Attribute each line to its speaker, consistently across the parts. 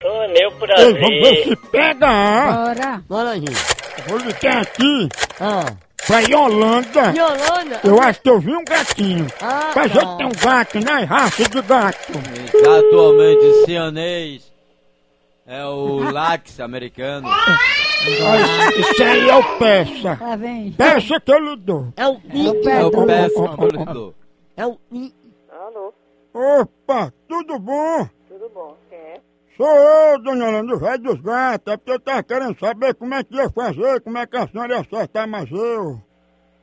Speaker 1: Foi meu
Speaker 2: Ei, vamos ver
Speaker 1: prazer.
Speaker 2: se pega! ah.
Speaker 3: Bora.
Speaker 4: Bora aí.
Speaker 2: Vou ligar aqui
Speaker 4: Ah.
Speaker 2: pra Yolanda.
Speaker 4: Yolanda.
Speaker 2: Eu acho que eu vi um gatinho.
Speaker 4: Ah,
Speaker 2: Mas eu
Speaker 4: tá.
Speaker 2: tenho um gato, né? Raça de gato.
Speaker 5: Atualmente cianês é o láx americano.
Speaker 2: Mas Isso aí é o peça.
Speaker 3: Lá vem.
Speaker 2: Peça que eu lhe dou.
Speaker 4: É o Nick.
Speaker 5: É o
Speaker 3: Perdão.
Speaker 5: péssimo produtor.
Speaker 4: É o Nick.
Speaker 6: Alô,
Speaker 2: Opa, tudo bom?
Speaker 6: tudo bom? Quem é?
Speaker 2: Sou eu, dona Yolanda, o velho dos gatos. É porque eu tava querendo saber como é que ia fazer, como é que a senhora ia acertar mais eu.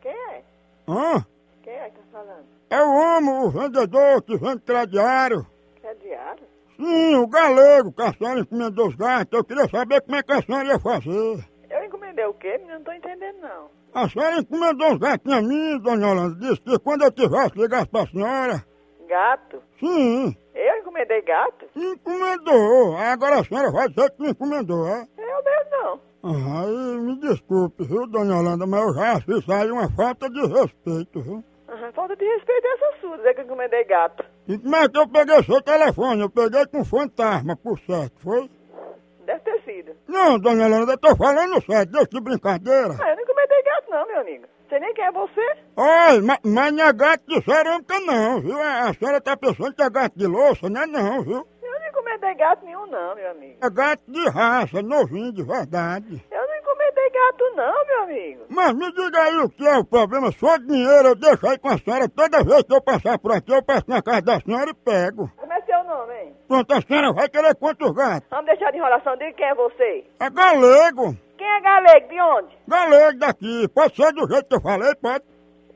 Speaker 6: Quem é?
Speaker 2: Hã?
Speaker 6: Quem é que tá falando?
Speaker 2: Eu amo o vendedor que vende crediário.
Speaker 6: É diário?
Speaker 2: Sim, Hum, o galego que a senhora encomendou os gatos. Eu queria saber como é que a senhora ia fazer.
Speaker 6: Eu encomendei o quê? Menino, não tô entendendo, não.
Speaker 2: A senhora encomendou os gatinhos a mim, dona Yolanda. Disse que quando eu tivesse ligasse pra senhora.
Speaker 6: Gato?
Speaker 2: Sim,
Speaker 6: Eu encomendei gato?
Speaker 2: encomendou. Agora a senhora vai dizer que não encomendou, é?
Speaker 6: Eu mesmo não.
Speaker 2: Ah, e me desculpe, viu, dona Yolanda, mas eu já acho isso aí uma falta de respeito, viu?
Speaker 6: Aham, Falta de respeito é essa sua, dizer que eu encomendei gato.
Speaker 2: E como é que eu peguei seu telefone? Eu peguei com fantasma, por certo, foi?
Speaker 6: Deve ter sido.
Speaker 2: Não, dona Yolanda, eu tô falando sério, deixa de brincadeira.
Speaker 6: Ah, eu não encomendei gato, não, meu amigo. Sei nem quem é você.
Speaker 2: Olha, ma- mas não é gato de cerâmica não, viu? A a senhora tá pensando que é gato de louça, não é não, viu?
Speaker 6: Eu não encomendei gato nenhum, não, meu amigo.
Speaker 2: É gato de raça, novinho, de verdade.
Speaker 6: Eu não encomendei gato, não, meu amigo.
Speaker 2: Mas me diga aí o que é o problema, só dinheiro, eu deixo aí com a senhora, toda vez que eu passar por aqui, eu passo na casa da senhora e pego.
Speaker 6: Como é seu nome, hein?
Speaker 2: Pronto, a senhora vai querer quantos gatos?
Speaker 6: Vamos deixar de enrolação. Diga quem é você.
Speaker 2: É galego.
Speaker 6: Quem é galego? De onde?
Speaker 2: Galego daqui. Pode ser do jeito que eu falei, pode.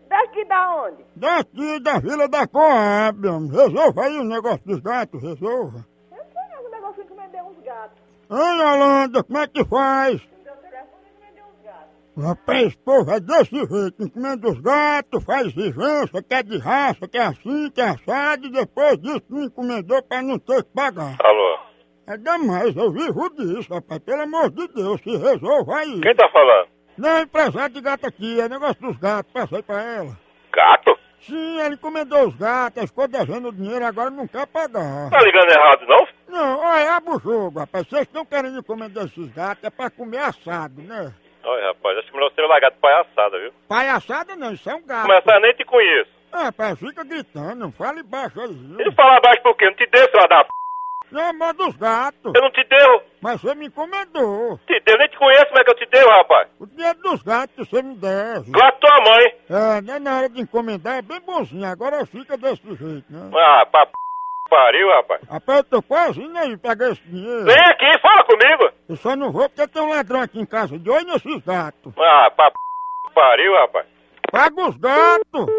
Speaker 6: Daqui da onde?
Speaker 2: Daqui da vila da Coab. homem. Resolva aí o negócio dos gatos, resolva.
Speaker 6: Eu não sei não, o negócio de encomendei uns gatos.
Speaker 2: Hein, Holanda, como é que faz?
Speaker 6: Meu telefone encomendei uns gatos.
Speaker 2: Rapaz, povo, é desse jeito. Encomenda os gatos, faz exigência, que é de raça, que é assim, que é assado, e depois disso me encomendou pra não ter que pagar.
Speaker 1: Alô,
Speaker 2: É demais, eu vivo disso, rapaz. Pelo amor de Deus, se resolva aí.
Speaker 1: quem tá falando?
Speaker 2: Não, empresário de gato aqui, é negócio dos gatos, passei pra ela.
Speaker 1: Gato?
Speaker 2: Sim, ele encomendou os gatos, ficou devendo o dinheiro, agora não quer pagar.
Speaker 1: Tá ligando errado, não?
Speaker 2: Não, olha, abre o jogo, rapaz. Vocês estão querendo encomendar esses gatos, é pra comer assado, né?
Speaker 1: Olha, rapaz, acho melhor você largar de palhaçada, viu?
Speaker 2: Palhaçada não, isso é um gato.
Speaker 1: Começar eu nem te conheço.
Speaker 2: Ah, rapaz, fica gritando, não fale baixo aí. viu?
Speaker 1: E falar baixo por quê? Não te deu, seu da p.
Speaker 2: Não, manda os gatos.
Speaker 1: Eu não te deu.
Speaker 2: Mas você me encomendou.
Speaker 1: Te deu, nem te conheço, como é que eu te deu, rapaz?
Speaker 2: O dinheiro dos gatos que você me deve.
Speaker 1: Gato tua mãe.
Speaker 2: É, né, na hora de encomendar é bem bonzinho, agora fica desse jeito, né?
Speaker 1: Ah, pra p. pariu, rapaz.
Speaker 2: Rapaz, eu tô quase indo aí pegar esse dinheiro.
Speaker 1: Vem aqui, fala comigo.
Speaker 2: Eu só não vou porque tem um ladrão aqui em casa de olho nesses gatos.
Speaker 1: Ah, pra p. pariu, rapaz.
Speaker 2: Paga os gatos!